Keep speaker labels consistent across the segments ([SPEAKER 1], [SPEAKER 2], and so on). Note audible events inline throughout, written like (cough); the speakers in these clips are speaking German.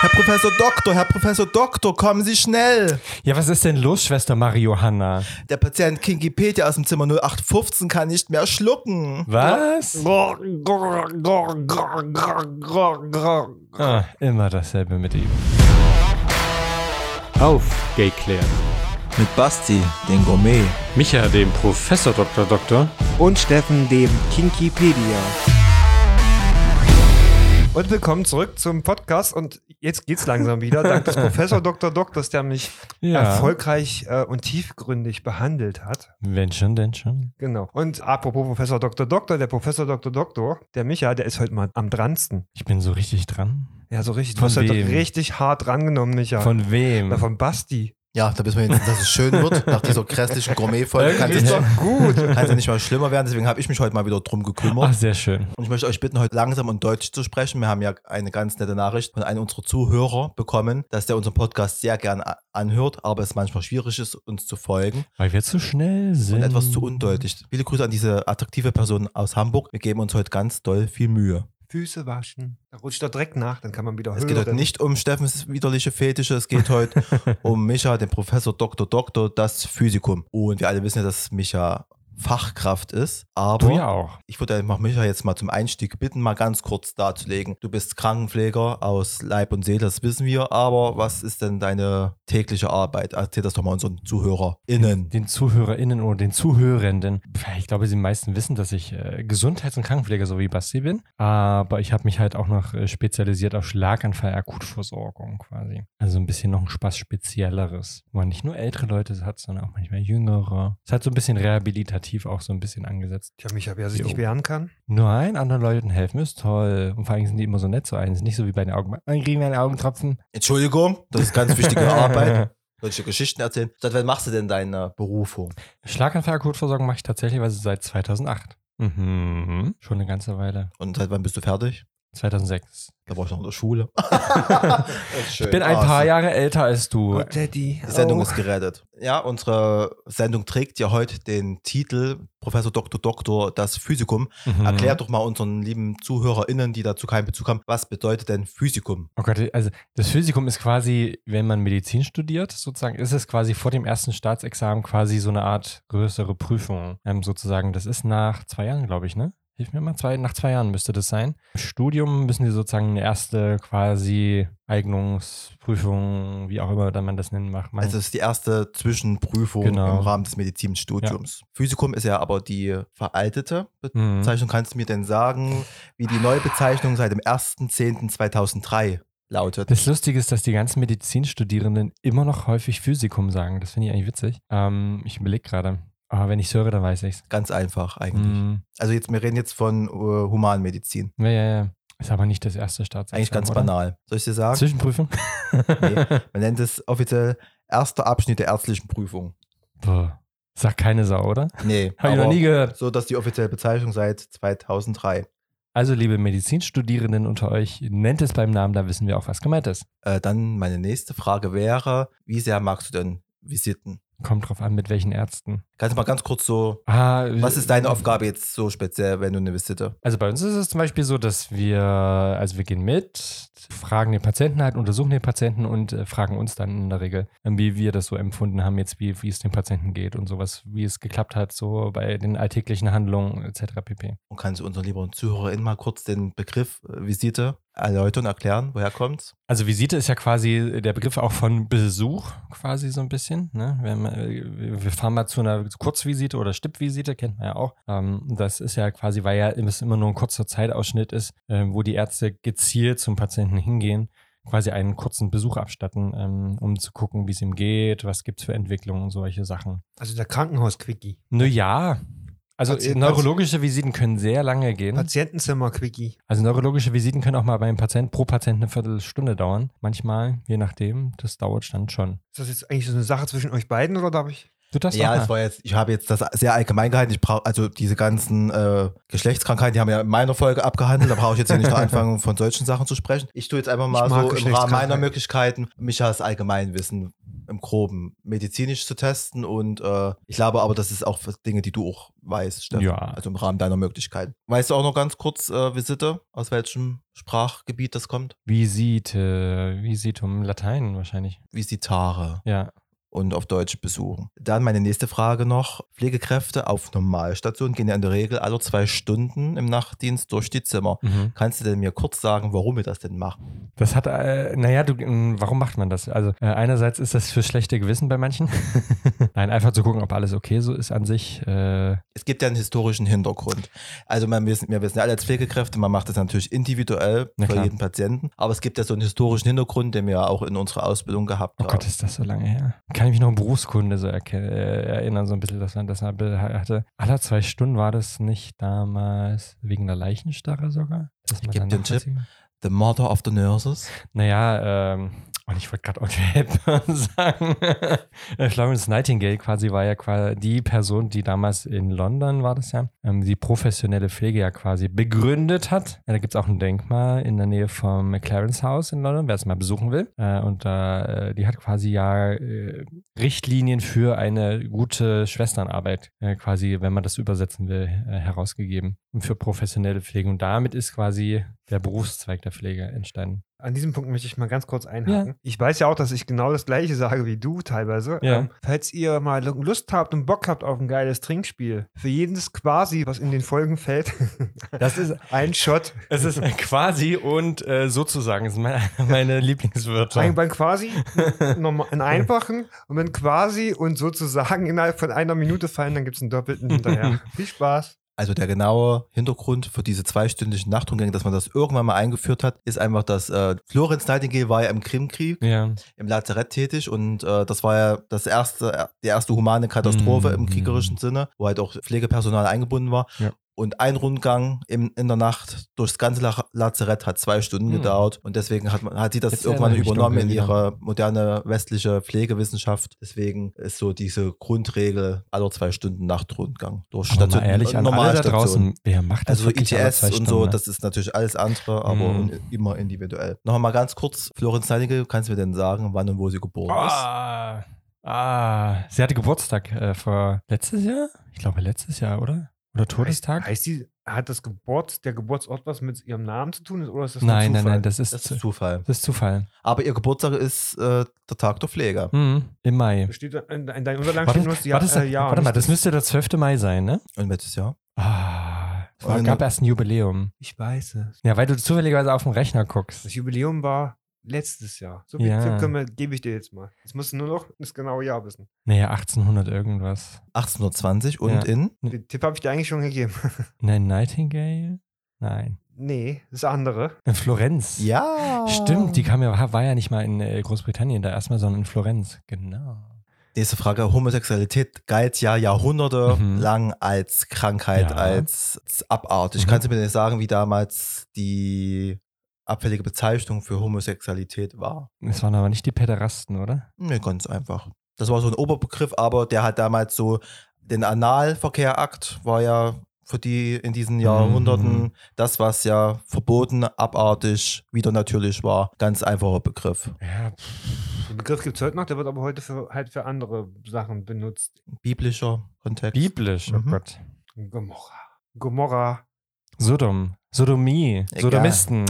[SPEAKER 1] Herr Professor Doktor, Herr Professor Doktor, kommen Sie schnell.
[SPEAKER 2] Ja, was ist denn los, Schwester Mariohanna?
[SPEAKER 1] Der Patient Kinky Petja aus dem Zimmer 0815 kann nicht mehr schlucken.
[SPEAKER 2] Was? Ah, immer dasselbe mit ihm.
[SPEAKER 3] Auf Gay Claire.
[SPEAKER 1] Mit Basti, den Gourmet.
[SPEAKER 3] Micha, dem Professor Dr. Doktor.
[SPEAKER 4] Und Steffen, dem Kinkipedia.
[SPEAKER 5] Und willkommen zurück zum Podcast. Und jetzt geht's langsam wieder. Dank des Professor Dr. Doktors, der mich
[SPEAKER 2] Ja.
[SPEAKER 5] erfolgreich äh, und tiefgründig behandelt hat.
[SPEAKER 2] Wenn schon, denn schon.
[SPEAKER 5] Genau. Und apropos Professor Dr. Doktor, der Professor Dr. Doktor, der Micha, der ist heute mal am dransten.
[SPEAKER 2] Ich bin so richtig dran.
[SPEAKER 5] Ja, so richtig. Du
[SPEAKER 2] Von
[SPEAKER 5] hast heute
[SPEAKER 2] wem?
[SPEAKER 5] richtig hart drangenommen, Micha.
[SPEAKER 2] Von wem?
[SPEAKER 5] Na, von Basti.
[SPEAKER 1] Ja, da wissen wir jetzt, dass es schön wird. Nach dieser grässlichen Gourmet-Folge kann es
[SPEAKER 5] Ist doch
[SPEAKER 1] nicht, (laughs)
[SPEAKER 5] gut.
[SPEAKER 1] kann's ja nicht mal schlimmer werden. Deswegen habe ich mich heute mal wieder drum gekümmert.
[SPEAKER 2] Ach, sehr schön.
[SPEAKER 1] Und ich möchte euch bitten, heute langsam und deutlich zu sprechen. Wir haben ja eine ganz nette Nachricht von einem unserer Zuhörer bekommen, dass der unseren Podcast sehr gern a- anhört, aber es manchmal schwierig ist, uns zu folgen
[SPEAKER 2] Weil wir zu schnell sind.
[SPEAKER 1] und etwas zu undeutlich. Viele Grüße an diese attraktive Person aus Hamburg. Wir geben uns heute ganz doll viel Mühe.
[SPEAKER 5] Füße waschen. Da rutscht der Dreck nach, dann kann man wieder
[SPEAKER 1] Es geht heute
[SPEAKER 5] hören.
[SPEAKER 1] nicht um Steffens widerliche Fetische, es geht
[SPEAKER 2] (laughs)
[SPEAKER 1] heute um Micha, den Professor Dr. Doktor, das Physikum. Und wir alle wissen ja, dass Micha Fachkraft ist,
[SPEAKER 2] Du
[SPEAKER 1] aber
[SPEAKER 2] ja auch.
[SPEAKER 1] ich würde einfach Micha jetzt mal zum Einstieg bitten, mal ganz kurz darzulegen. Du bist Krankenpfleger aus Leib und Seele, das wissen wir, aber was ist denn deine tägliche Arbeit? Erzähl das doch mal unseren ZuhörerInnen.
[SPEAKER 2] Den ZuhörerInnen oder den Zuhörenden. Ich glaube, die meisten wissen, dass ich äh, Gesundheits- und Krankenpfleger so wie Basti bin. Aber ich habe mich halt auch noch äh, spezialisiert auf Schlaganfall-Akutversorgung quasi. Also ein bisschen noch ein Spaß Spezielleres. Wo man nicht nur ältere Leute hat, sondern auch manchmal jüngere. Es hat so ein bisschen rehabilitativ auch so ein bisschen angesetzt.
[SPEAKER 5] Tja, Micha, wer sich
[SPEAKER 2] Jo.
[SPEAKER 5] nicht wehren kann.
[SPEAKER 2] Nein, anderen Leuten helfen ist toll. Und vor allem sind die immer so nett zu einem. Ist nicht so wie bei den Augen. Dann kriegen wir einen Augentropfen.
[SPEAKER 1] Entschuldigung, das ist ganz
[SPEAKER 2] (laughs)
[SPEAKER 1] wichtige Arbeit. Solche Geschichten erzählen. Seit wann machst du denn deine Berufung?
[SPEAKER 2] Schlaganfall-Akutversorgung mache ich tatsächlich weil seit 2008. Mhm. Schon eine ganze Weile.
[SPEAKER 1] Und seit wann bist du fertig?
[SPEAKER 2] 2006.
[SPEAKER 1] Da war ich noch in der
[SPEAKER 2] (laughs)
[SPEAKER 1] Schule. Oh,
[SPEAKER 2] Ich bin ein paar Jahre älter als du.
[SPEAKER 5] Oh,
[SPEAKER 1] Die
[SPEAKER 5] Daddy.
[SPEAKER 1] Sendung
[SPEAKER 5] Oh.
[SPEAKER 1] ist gerettet. Ja, unsere Sendung trägt ja heute den Titel Professor Dr. Doktor, das Physikum.
[SPEAKER 2] Mhm.
[SPEAKER 1] Erklär doch mal unseren lieben ZuhörerInnen, die dazu keinen Bezug haben, was bedeutet denn Physikum?
[SPEAKER 2] Oh Gott, also das Physikum ist quasi, wenn man Medizin studiert, sozusagen, ist es quasi vor dem ersten Staatsexamen quasi so eine Art größere Prüfung. Ähm, sozusagen, das ist nach zwei Jahren, glaube ich, ne? Hilf mir mal, zwei, nach zwei Jahren müsste das sein. Im Studium müssen die sozusagen eine erste quasi Eignungsprüfung, wie auch immer dann man das nennen mag. Man,
[SPEAKER 1] Also es ist die erste Zwischenprüfung
[SPEAKER 2] Genau.
[SPEAKER 1] im Rahmen des Medizinstudiums. Physikum ist ja aber die veraltete
[SPEAKER 2] Mhm.
[SPEAKER 1] Bezeichnung. Kannst du mir denn sagen, wie die neue Bezeichnung seit dem 1.10.2003 lautet?
[SPEAKER 2] Das Lustige ist, dass die ganzen Medizinstudierenden immer noch häufig Physikum sagen. Das finde ich eigentlich witzig. Ähm, ich überlege gerade. Aber wenn ich höre, dann weiß ich's.
[SPEAKER 1] Ganz einfach eigentlich.
[SPEAKER 2] Mhm.
[SPEAKER 1] Also jetzt, wir reden jetzt von äh, Humanmedizin.
[SPEAKER 2] Ja, ja, ja. Ist aber nicht das erste Staatsexamen.
[SPEAKER 1] Eigentlich ganz
[SPEAKER 2] oder?
[SPEAKER 1] banal. Soll ich dir sagen?
[SPEAKER 2] Zwischenprüfung? (laughs)
[SPEAKER 1] Nee. Man nennt es offiziell erster Abschnitt der ärztlichen Prüfung.
[SPEAKER 2] Boah. Sagt keine Sau, oder? (laughs)
[SPEAKER 1] Nee,
[SPEAKER 2] Habe ich noch nie gehört.
[SPEAKER 1] so dass die offizielle Bezeichnung seit 2003.
[SPEAKER 2] Also, liebe Medizinstudierenden unter euch, nennt es beim Namen, da wissen wir auch, was gemeint ist.
[SPEAKER 1] Äh, dann meine nächste Frage wäre, wie sehr magst du denn Visiten?
[SPEAKER 2] Kommt drauf an, mit welchen Ärzten.
[SPEAKER 1] Kannst du mal ganz kurz so,
[SPEAKER 2] Ah,
[SPEAKER 1] was ist deine Aufgabe jetzt so speziell, wenn du eine Visite?
[SPEAKER 2] Also bei uns ist es zum Beispiel so, dass wir, also wir gehen mit, fragen den Patienten halt, untersuchen den Patienten und äh, fragen uns dann in der Regel, ähm, wie wir das so empfunden haben, jetzt wie, wie es dem Patienten geht und sowas, wie es geklappt hat, so bei den alltäglichen Handlungen etc. pp.
[SPEAKER 1] Und kannst du unseren lieben ZuhörerInnen mal kurz den Begriff äh, Visite erläutern, erklären, woher kommt's?
[SPEAKER 2] Also Visite ist ja quasi der Begriff auch von Besuch quasi so ein bisschen. Ne? Wenn man, äh, wir fahren mal zu einer Kurzvisite oder Stippvisite, kennt man ja auch. Ähm, das ist ja quasi, weil ja es immer nur ein kurzer Zeitausschnitt ist, ähm, wo die Ärzte gezielt zum Patienten hingehen, quasi einen kurzen Besuch abstatten, ähm, um zu gucken, wie es ihm geht, was gibt es für Entwicklungen und solche Sachen.
[SPEAKER 5] Also der Krankenhaus-Quickie.
[SPEAKER 2] Hm? Naja, also
[SPEAKER 5] Patient-
[SPEAKER 2] äh, neurologische Visiten können sehr lange gehen.
[SPEAKER 5] Patientenzimmer-Quickie.
[SPEAKER 2] Also neurologische Visiten können auch mal beim Patient pro Patient eine Viertelstunde dauern. Manchmal, je nachdem, das dauert dann schon.
[SPEAKER 5] Ist das jetzt eigentlich so eine Sache zwischen euch beiden oder darf ich?
[SPEAKER 2] Du darfst
[SPEAKER 1] ja,
[SPEAKER 2] auch
[SPEAKER 1] es
[SPEAKER 2] mal.
[SPEAKER 1] war jetzt, ich habe jetzt das sehr allgemein gehalten. Ich brauche also diese ganzen äh, Geschlechtskrankheiten, die haben wir ja in meiner Folge abgehandelt. Da brauche ich jetzt hier nicht noch anfangen, von solchen Sachen zu sprechen. Ich tue jetzt einfach mal
[SPEAKER 5] Ich mag
[SPEAKER 1] so im Rahmen meiner
[SPEAKER 5] Geschlechtskrankheiten.
[SPEAKER 1] Möglichkeiten Michas Allgemeinwissen im Groben medizinisch zu testen und äh, ich glaube aber, das ist auch für Dinge, die du auch weißt, Steffen.
[SPEAKER 2] Ja.
[SPEAKER 1] Also im Rahmen deiner Möglichkeiten. Weißt du auch noch ganz kurz, äh, Visite, aus welchem Sprachgebiet das kommt?
[SPEAKER 2] Visite, Visitum, Latein wahrscheinlich.
[SPEAKER 1] Visitare
[SPEAKER 2] Ja.
[SPEAKER 1] und auf Deutsch besuchen. Dann meine nächste Frage noch. Pflegekräfte auf Normalstationen gehen ja in der Regel alle zwei Stunden im Nachtdienst durch die Zimmer.
[SPEAKER 2] Mhm.
[SPEAKER 1] Kannst du denn mir kurz sagen, warum wir das denn machen?
[SPEAKER 2] Das hat, äh, naja, du, mh, warum macht man das? Also äh, einerseits ist das für schlechte Gewissen bei manchen. (laughs) Nein, einfach zu gucken, ob alles okay so ist an sich. Äh,
[SPEAKER 1] Es gibt ja einen historischen Hintergrund. Also man wissen, wir wissen ja alle als Pflegekräfte, man macht das natürlich individuell
[SPEAKER 2] Na
[SPEAKER 1] für
[SPEAKER 2] klar.
[SPEAKER 1] jeden Patienten, aber es gibt ja so einen historischen Hintergrund, den wir ja auch in unserer Ausbildung gehabt
[SPEAKER 2] oh
[SPEAKER 1] haben.
[SPEAKER 2] Gott, ist das so lange her. Kann ich mich noch an Berufskunde so erke- äh, erinnern, so ein bisschen, dass man das hatte. Alle zwei Stunden war das nicht damals wegen der Leichenstarre sogar? Dass man
[SPEAKER 1] geb
[SPEAKER 2] dann
[SPEAKER 1] dir einen Tipp.
[SPEAKER 2] nachvollziehen-
[SPEAKER 1] The Mother of the Nurses.
[SPEAKER 2] Naja, ähm, und ich wollte gerade Audrey (laughs) Hepburn sagen. Äh, Florence Nightingale quasi war ja quasi die Person, die damals in London war das ja, ähm, die professionelle Pflege ja quasi begründet hat. Ja, da gibt es auch ein Denkmal in der Nähe vom Clarence House in London, wer es mal besuchen will. Äh, und da, äh, die hat quasi ja äh, Richtlinien für eine gute Schwesternarbeit, äh, quasi, wenn man das übersetzen will, äh, herausgegeben. Und für professionelle Pflege. Und damit ist quasi der Berufszweig der Pflege entstanden.
[SPEAKER 5] An diesem Punkt möchte ich mal ganz kurz einhaken. Ich weiß ja auch, dass ich genau das Gleiche sage wie du teilweise.
[SPEAKER 2] Ja.
[SPEAKER 5] Ähm, falls ihr mal Lust habt und Bock habt auf ein geiles Trinkspiel, für jedes quasi, was in den Folgen fällt, (laughs)
[SPEAKER 2] Das ist,
[SPEAKER 5] ein Shot.
[SPEAKER 2] es ist quasi und äh, sozusagen ist meine, (laughs) meine Lieblingswörter.
[SPEAKER 5] Ein,
[SPEAKER 2] (laughs)
[SPEAKER 5] beim quasi, normal- einen einfachen und wenn quasi und sozusagen innerhalb von einer Minute fallen, dann gibt es einen
[SPEAKER 2] (laughs)
[SPEAKER 5] doppelten hinterher. Viel Spaß.
[SPEAKER 1] Also der genaue Hintergrund für diese zweistündlichen Nachtrundgänge, dass man das irgendwann mal eingeführt hat, ist einfach, dass äh, Florence Nightingale war ja im Krimkrieg
[SPEAKER 2] ja.
[SPEAKER 1] im Lazarett tätig und äh, das war ja das erste, äh, die erste humane Katastrophe im
[SPEAKER 2] Mhm.
[SPEAKER 1] kriegerischen Sinne, wo halt auch Pflegepersonal eingebunden war.
[SPEAKER 2] Ja.
[SPEAKER 1] Und ein Rundgang im, in der Nacht durchs ganze La Lazarett hat zwei Stunden
[SPEAKER 2] Mhm.
[SPEAKER 1] gedauert und deswegen hat, man, hat sie das
[SPEAKER 2] Jetzt
[SPEAKER 1] irgendwann
[SPEAKER 2] erinnere ich mich genau.
[SPEAKER 1] übernommen in
[SPEAKER 2] dunkel
[SPEAKER 1] ihre moderne westliche Pflegewissenschaft. Deswegen ist so diese Grundregel alle zwei Stunden Nachtrundgang durch
[SPEAKER 2] Aber mal
[SPEAKER 1] Station-
[SPEAKER 2] ehrlich, an alle da
[SPEAKER 1] Normalstation.
[SPEAKER 2] draußen, wer macht das
[SPEAKER 1] Also
[SPEAKER 2] wirklich alle
[SPEAKER 1] ITS
[SPEAKER 2] zwei
[SPEAKER 1] und
[SPEAKER 2] Stunden,
[SPEAKER 1] so,
[SPEAKER 2] ne?
[SPEAKER 1] das ist natürlich alles andere, aber
[SPEAKER 2] Mhm.
[SPEAKER 1] un- immer individuell. Noch mal ganz kurz, Florenz Neinige, kannst du mir denn sagen, wann und wo sie geboren ist?
[SPEAKER 2] Ah, ah, sie hatte Geburtstag äh, vor letztes Jahr? Ich glaube letztes Jahr, oder? Oder Todestag?
[SPEAKER 5] Heißt die, hat das Geburt, der Geburtsort was mit ihrem Namen zu tun? Oder ist das nur
[SPEAKER 2] nein, nein,
[SPEAKER 5] Zufall?
[SPEAKER 2] nein, das ist,
[SPEAKER 1] Das
[SPEAKER 2] das
[SPEAKER 1] ist
[SPEAKER 2] ist,
[SPEAKER 1] Zufall.
[SPEAKER 2] Zufall.
[SPEAKER 1] Aber ihr Geburtstag ist äh, der Tag der Pflege.
[SPEAKER 2] Mhm, Im Mai.
[SPEAKER 5] Das Steht in, in deinen Unterlagen
[SPEAKER 2] Warte,
[SPEAKER 5] steht nur das Jahr.
[SPEAKER 2] warte,
[SPEAKER 5] äh, Jahr.
[SPEAKER 2] warte mal, das müsste der 12. Mai sein, ne?
[SPEAKER 1] Und welches Jahr?
[SPEAKER 2] Ah, es war,
[SPEAKER 1] Und-
[SPEAKER 2] gab erst ein Jubiläum.
[SPEAKER 5] ich weiß es.
[SPEAKER 2] Ja, weil du zufälligerweise auf den Rechner guckst.
[SPEAKER 5] Das Jubiläum war letztes Jahr. So viel
[SPEAKER 2] Ja.
[SPEAKER 5] Tipp können wir- gebe ich dir jetzt mal. Jetzt musst du nur noch das genaue Jahr wissen.
[SPEAKER 2] Naja, 1800 irgendwas.
[SPEAKER 1] 1820 und
[SPEAKER 2] Ja.
[SPEAKER 1] in?
[SPEAKER 5] Den Tipp habe ich dir eigentlich schon gegeben. (laughs)
[SPEAKER 2] Nein, Nightingale? Nein.
[SPEAKER 5] nee, das andere.
[SPEAKER 2] In Florenz.
[SPEAKER 1] Ja.
[SPEAKER 2] Stimmt, die kam ja, war ja nicht mal in äh, Großbritannien da erstmal, sondern in Florenz. Genau.
[SPEAKER 1] Nächste Frage. Homosexualität galt ja Jahrhunderte
[SPEAKER 2] Mhm.
[SPEAKER 1] lang als Krankheit,
[SPEAKER 2] Ja.
[SPEAKER 1] als, als abartig.
[SPEAKER 2] Mhm.
[SPEAKER 1] Kannst du mir denn sagen, wie damals die abfällige Bezeichnung für Homosexualität war?
[SPEAKER 2] Es waren aber nicht die Päderasten, oder?
[SPEAKER 1] Nee, Ne, ganz einfach. Das war so ein Oberbegriff, aber der hat damals so den Analverkehrakt war ja für die in diesen Jahrhunderten
[SPEAKER 2] Mhm.
[SPEAKER 1] das, was ja verboten, abartig, wieder natürlich war. Ganz einfacher Begriff.
[SPEAKER 2] Ja,
[SPEAKER 5] Den Begriff gibt es heute noch, der wird aber heute für, halt für andere Sachen benutzt.
[SPEAKER 1] Biblischer Kontext.
[SPEAKER 2] biblisch, oh
[SPEAKER 1] Mhm.
[SPEAKER 2] Gott.
[SPEAKER 5] Gomorra. Gomorra.
[SPEAKER 2] Sodom. Sodomie.
[SPEAKER 1] Egal.
[SPEAKER 2] Sodomisten.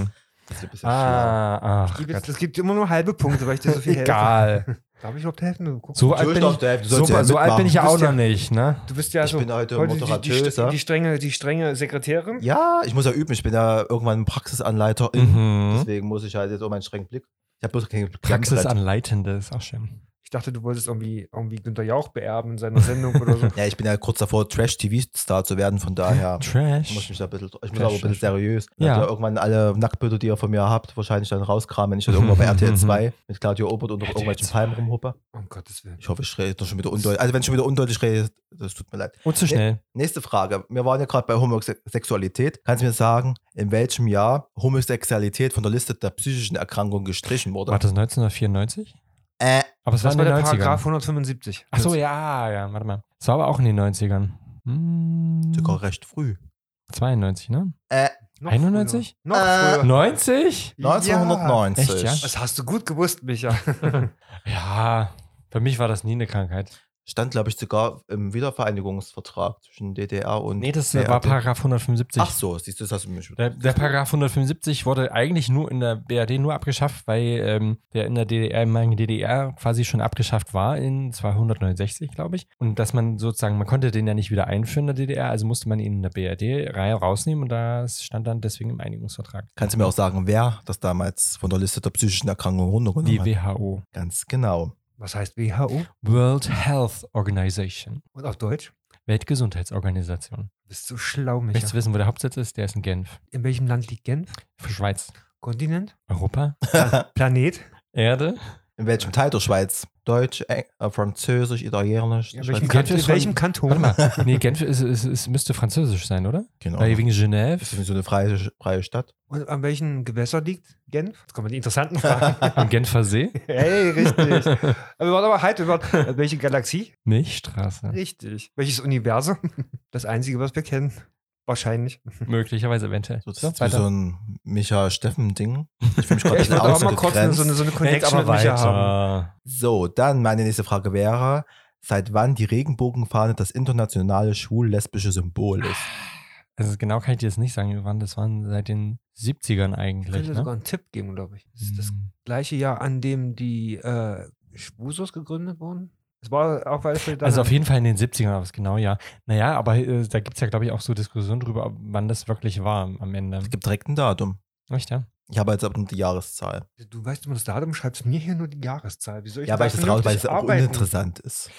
[SPEAKER 1] Das ist ein bisschen schwer.
[SPEAKER 2] Ah, ach
[SPEAKER 5] Die gibt's-
[SPEAKER 2] Gott.
[SPEAKER 5] Es gibt immer nur halbe Punkte, weil ich dir so viel helfe.
[SPEAKER 1] (laughs)
[SPEAKER 2] Egal.
[SPEAKER 5] Darf ich überhaupt helfen? Du, guck-
[SPEAKER 2] So alt,
[SPEAKER 1] Natürlich
[SPEAKER 2] bin
[SPEAKER 1] doch,
[SPEAKER 2] ich,
[SPEAKER 1] Dave, du
[SPEAKER 2] so,
[SPEAKER 1] sollst ja
[SPEAKER 2] so alt bin ich ja
[SPEAKER 5] mitmachen.
[SPEAKER 2] auch noch nicht, ne?
[SPEAKER 5] du bist ja
[SPEAKER 1] Ich
[SPEAKER 5] so
[SPEAKER 1] bin heute
[SPEAKER 5] heute die, die,
[SPEAKER 1] Moderateuse.
[SPEAKER 5] die, die, strenge, die strenge Sekretärin.
[SPEAKER 1] Ja, ich muss ja üben. Ich bin ja irgendwann Praxisanleiter.
[SPEAKER 2] Mhm.
[SPEAKER 1] Deswegen muss ich halt jetzt um einen strengen Blick. Ich habe bloß keinen Klemmbrett.
[SPEAKER 2] Praxisanleitende ist auch schön.
[SPEAKER 5] Ich dachte, du wolltest irgendwie, irgendwie Günter Jauch beerben in seiner Sendung oder
[SPEAKER 2] (laughs)
[SPEAKER 5] so.
[SPEAKER 1] Ja, ich bin ja kurz davor, Trash-TV-Star zu werden. Von daher. Ich muss
[SPEAKER 2] Trash.
[SPEAKER 1] mich da ein bisschen, ich muss
[SPEAKER 2] Trash,
[SPEAKER 1] aber ein bisschen
[SPEAKER 2] Trash.
[SPEAKER 1] seriös.
[SPEAKER 2] Ja.
[SPEAKER 1] Ja. ja irgendwann alle Nacktbilder, die ihr von mir habt, wahrscheinlich dann rauskramen, wenn ich dann irgendwann
[SPEAKER 2] (laughs)
[SPEAKER 1] bei RTL 2 mit Claudio Obert und noch
[SPEAKER 2] RTL
[SPEAKER 1] irgendwelchen
[SPEAKER 2] 2.
[SPEAKER 1] Palmen rumhuppe.
[SPEAKER 5] Um Gottes Willen.
[SPEAKER 1] Ich hoffe, ich rede doch schon wieder undeutlich. Also wenn ich schon wieder undeutlich rede, das tut mir leid.
[SPEAKER 2] Und Oh, zu schnell.
[SPEAKER 1] Nächste Frage. Wir waren ja gerade bei Homosexualität. Kannst du mir sagen, in welchem Jahr Homosexualität von der Liste der psychischen Erkrankungen gestrichen wurde?
[SPEAKER 2] War das 1994?
[SPEAKER 1] Äh,
[SPEAKER 2] Aber es war
[SPEAKER 5] Das
[SPEAKER 2] in den
[SPEAKER 5] war der
[SPEAKER 2] 90ern.
[SPEAKER 5] Paragraph 175.
[SPEAKER 2] Ach so, ja, ja, warte mal. Es war aber auch in den 90ern. Hm,
[SPEAKER 1] sogar recht früh.
[SPEAKER 2] 92, ne?
[SPEAKER 1] Äh,
[SPEAKER 5] Noch
[SPEAKER 2] 91?
[SPEAKER 5] Früher. Noch
[SPEAKER 1] Äh,
[SPEAKER 5] früher.
[SPEAKER 2] 90?
[SPEAKER 5] Ja.
[SPEAKER 1] 1990.
[SPEAKER 2] Echt, ja?
[SPEAKER 5] Das hast du gut gewusst, Micha.
[SPEAKER 2] Ja, für mich war das nie eine Krankheit.
[SPEAKER 1] Stand, glaube ich, sogar im Wiedervereinigungsvertrag zwischen DDR und.
[SPEAKER 2] Nee, das
[SPEAKER 1] BRD.
[SPEAKER 2] war Paragraph 175.
[SPEAKER 1] Ach so, siehst du, das hast du mich.
[SPEAKER 2] Der, der Paragraph 175 wurde eigentlich nur in der BRD nur abgeschafft, weil ähm, der in der DDR, im ehemaligen DDR quasi schon abgeschafft war in 269, glaube ich. Und dass man sozusagen, man konnte den ja nicht wieder einführen in der DDR, also musste man ihn in der BRD rei- rausnehmen und das stand dann deswegen im Einigungsvertrag.
[SPEAKER 1] Kannst du mir auch sagen, wer das damals von der Liste der psychischen Erkrankungen runtergenommen
[SPEAKER 2] Die
[SPEAKER 1] hat?
[SPEAKER 2] WHO.
[SPEAKER 1] Ganz genau.
[SPEAKER 5] Was heißt WHO?
[SPEAKER 2] World Health Organization.
[SPEAKER 5] Und auf Deutsch?
[SPEAKER 2] Weltgesundheitsorganisation.
[SPEAKER 5] Du bist so schlau,
[SPEAKER 2] Möchtest du
[SPEAKER 5] Micha.
[SPEAKER 2] wissen, wo der Hauptsitz ist? Der ist in Genf.
[SPEAKER 5] In welchem Land liegt Genf?
[SPEAKER 2] Schweiz.
[SPEAKER 5] Kontinent?
[SPEAKER 2] Europa?
[SPEAKER 5] Planet?
[SPEAKER 2] Erde?
[SPEAKER 1] In welchem Teil der Schweiz? Deutsch, Eng äh, Französisch, Italienisch?
[SPEAKER 5] In
[SPEAKER 1] Ich
[SPEAKER 5] welchem
[SPEAKER 1] weiß-
[SPEAKER 2] Genf
[SPEAKER 5] Kanton?
[SPEAKER 2] ist
[SPEAKER 5] In
[SPEAKER 2] schon-
[SPEAKER 5] welchem
[SPEAKER 2] Warte
[SPEAKER 5] Kanton?
[SPEAKER 2] mal. Nee, Genf ist, ist, ist, müsste französisch sein, oder?
[SPEAKER 1] Genau.
[SPEAKER 2] Weil wegen
[SPEAKER 1] Das ist
[SPEAKER 2] Genève.
[SPEAKER 1] so eine freie, freie Stadt.
[SPEAKER 5] Und an welchem Gewässer liegt Genf? Jetzt kommen
[SPEAKER 2] (laughs)
[SPEAKER 5] die interessanten Fragen.
[SPEAKER 2] Am Genfer See?
[SPEAKER 5] hey, richtig.
[SPEAKER 2] (laughs)
[SPEAKER 5] Aber warte mal, halt, wir waren- welche Galaxie?
[SPEAKER 2] Milchstraße.
[SPEAKER 5] Richtig. Welches Universum? Das einzige, was wir kennen. Wahrscheinlich.
[SPEAKER 2] Möglicherweise eventuell.
[SPEAKER 1] So, das
[SPEAKER 2] So,
[SPEAKER 1] ist wie
[SPEAKER 2] weiter.
[SPEAKER 1] so ein Micha-Steffen-Ding. Ich
[SPEAKER 5] (laughs)
[SPEAKER 1] fühle mich gerade
[SPEAKER 5] Ja,
[SPEAKER 1] ein
[SPEAKER 5] ich
[SPEAKER 1] bisschen
[SPEAKER 5] wollte auch mal kurz eine,
[SPEAKER 1] ausgegrenzt.
[SPEAKER 5] so eine, so eine
[SPEAKER 2] Jetzt
[SPEAKER 5] Connection
[SPEAKER 2] aber
[SPEAKER 5] mit Micha haben.
[SPEAKER 2] weiter.
[SPEAKER 1] So, dann meine nächste Frage wäre, seit wann die Regenbogenfahne das internationale schwul-lesbische Symbol ist?
[SPEAKER 2] Also genau kann ich dir jetzt nicht sagen, wann das waren seit den 70ern
[SPEAKER 5] Ich
[SPEAKER 2] eigentlich.
[SPEAKER 5] könnte
[SPEAKER 2] Ne?
[SPEAKER 5] sogar einen Tipp geben, glaube ich. Das ist das
[SPEAKER 2] Hm.
[SPEAKER 5] gleiche Jahr, an dem die äh, Spusos gegründet wurden. Es war auf alle Fälle dann
[SPEAKER 2] Also auf jeden Fall in den 70ern war es genau, ja. Naja, aber äh, da gibt es ja, glaube ich, auch so Diskussionen drüber, ob- wann das wirklich war am Ende.
[SPEAKER 1] Es gibt direkt ein Datum.
[SPEAKER 2] Echt, ja?
[SPEAKER 1] Ich habe jetzt aber nur die Jahreszahl.
[SPEAKER 5] Du weißt immer das Datum, schreibst mir hier nur die Jahreszahl. Wie soll ich
[SPEAKER 1] Ja, weil ich das raus, weil es auch
[SPEAKER 5] vernünftig arbeiten?
[SPEAKER 1] uninteressant ist.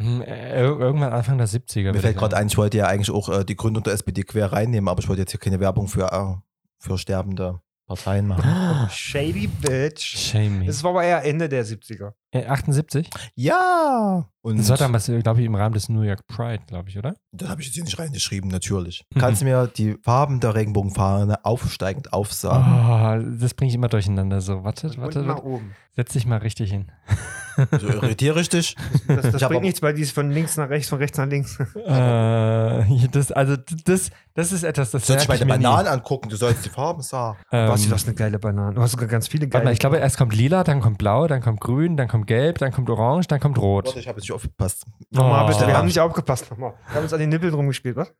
[SPEAKER 2] Hm, äh, ir- irgendwann Anfang der 70er.
[SPEAKER 1] Mir
[SPEAKER 2] würde
[SPEAKER 1] fällt
[SPEAKER 2] ich
[SPEAKER 1] gerade
[SPEAKER 2] sagen.
[SPEAKER 1] ein, ich wollte ja eigentlich auch äh, die Gründung der SPD quer reinnehmen, aber ich wollte jetzt hier keine Werbung für, äh, für sterbende Parteien machen.
[SPEAKER 2] Ah,
[SPEAKER 5] Shady Bitch.
[SPEAKER 2] Shaming.
[SPEAKER 5] Oh, Es war aber eher Ende der 70er.
[SPEAKER 2] Äh, 78?
[SPEAKER 1] ja! Und
[SPEAKER 2] Das war damals, glaube ich, im Rahmen des New York Pride, glaube ich, oder?
[SPEAKER 1] das habe ich jetzt hier nicht reingeschrieben, natürlich. Kannst du mir die Farben der Regenbogenfahne aufsteigend aufsagen?
[SPEAKER 2] Oh, das bringe ich immer durcheinander. So, wartet,
[SPEAKER 5] Und
[SPEAKER 2] wartet,
[SPEAKER 5] nach
[SPEAKER 2] wartet. (laughs)
[SPEAKER 5] oben.
[SPEAKER 2] Setz dich mal richtig hin.
[SPEAKER 1] So irritiere ich dich?
[SPEAKER 5] Das, das
[SPEAKER 1] Ich hab
[SPEAKER 5] bringt
[SPEAKER 1] auch-
[SPEAKER 5] nichts, weil die ist von links nach rechts, von rechts nach links.
[SPEAKER 2] Äh, das, also, das, das ist etwas, das
[SPEAKER 1] Soll ich
[SPEAKER 2] merke
[SPEAKER 1] meine
[SPEAKER 2] mir nie.
[SPEAKER 1] Bananen angucken? Du sollst die Farben sagen.
[SPEAKER 2] Ähm,
[SPEAKER 5] Was, du hast eine geile Banane. Du hast sogar ganz viele
[SPEAKER 2] Warte
[SPEAKER 5] geile.
[SPEAKER 2] mal, ich glaube, erst kommt lila, dann kommt blau, dann kommt grün, dann kommt gelb, dann kommt orange, dann kommt
[SPEAKER 1] Warte,
[SPEAKER 2] rot.
[SPEAKER 1] ich habe jetzt nicht aufgepasst.
[SPEAKER 5] Nochmal
[SPEAKER 2] Oh.
[SPEAKER 5] bitte, wir haben nicht aufgepasst. Nochmal. Wir haben uns an den Nippeln rumgespielt, was?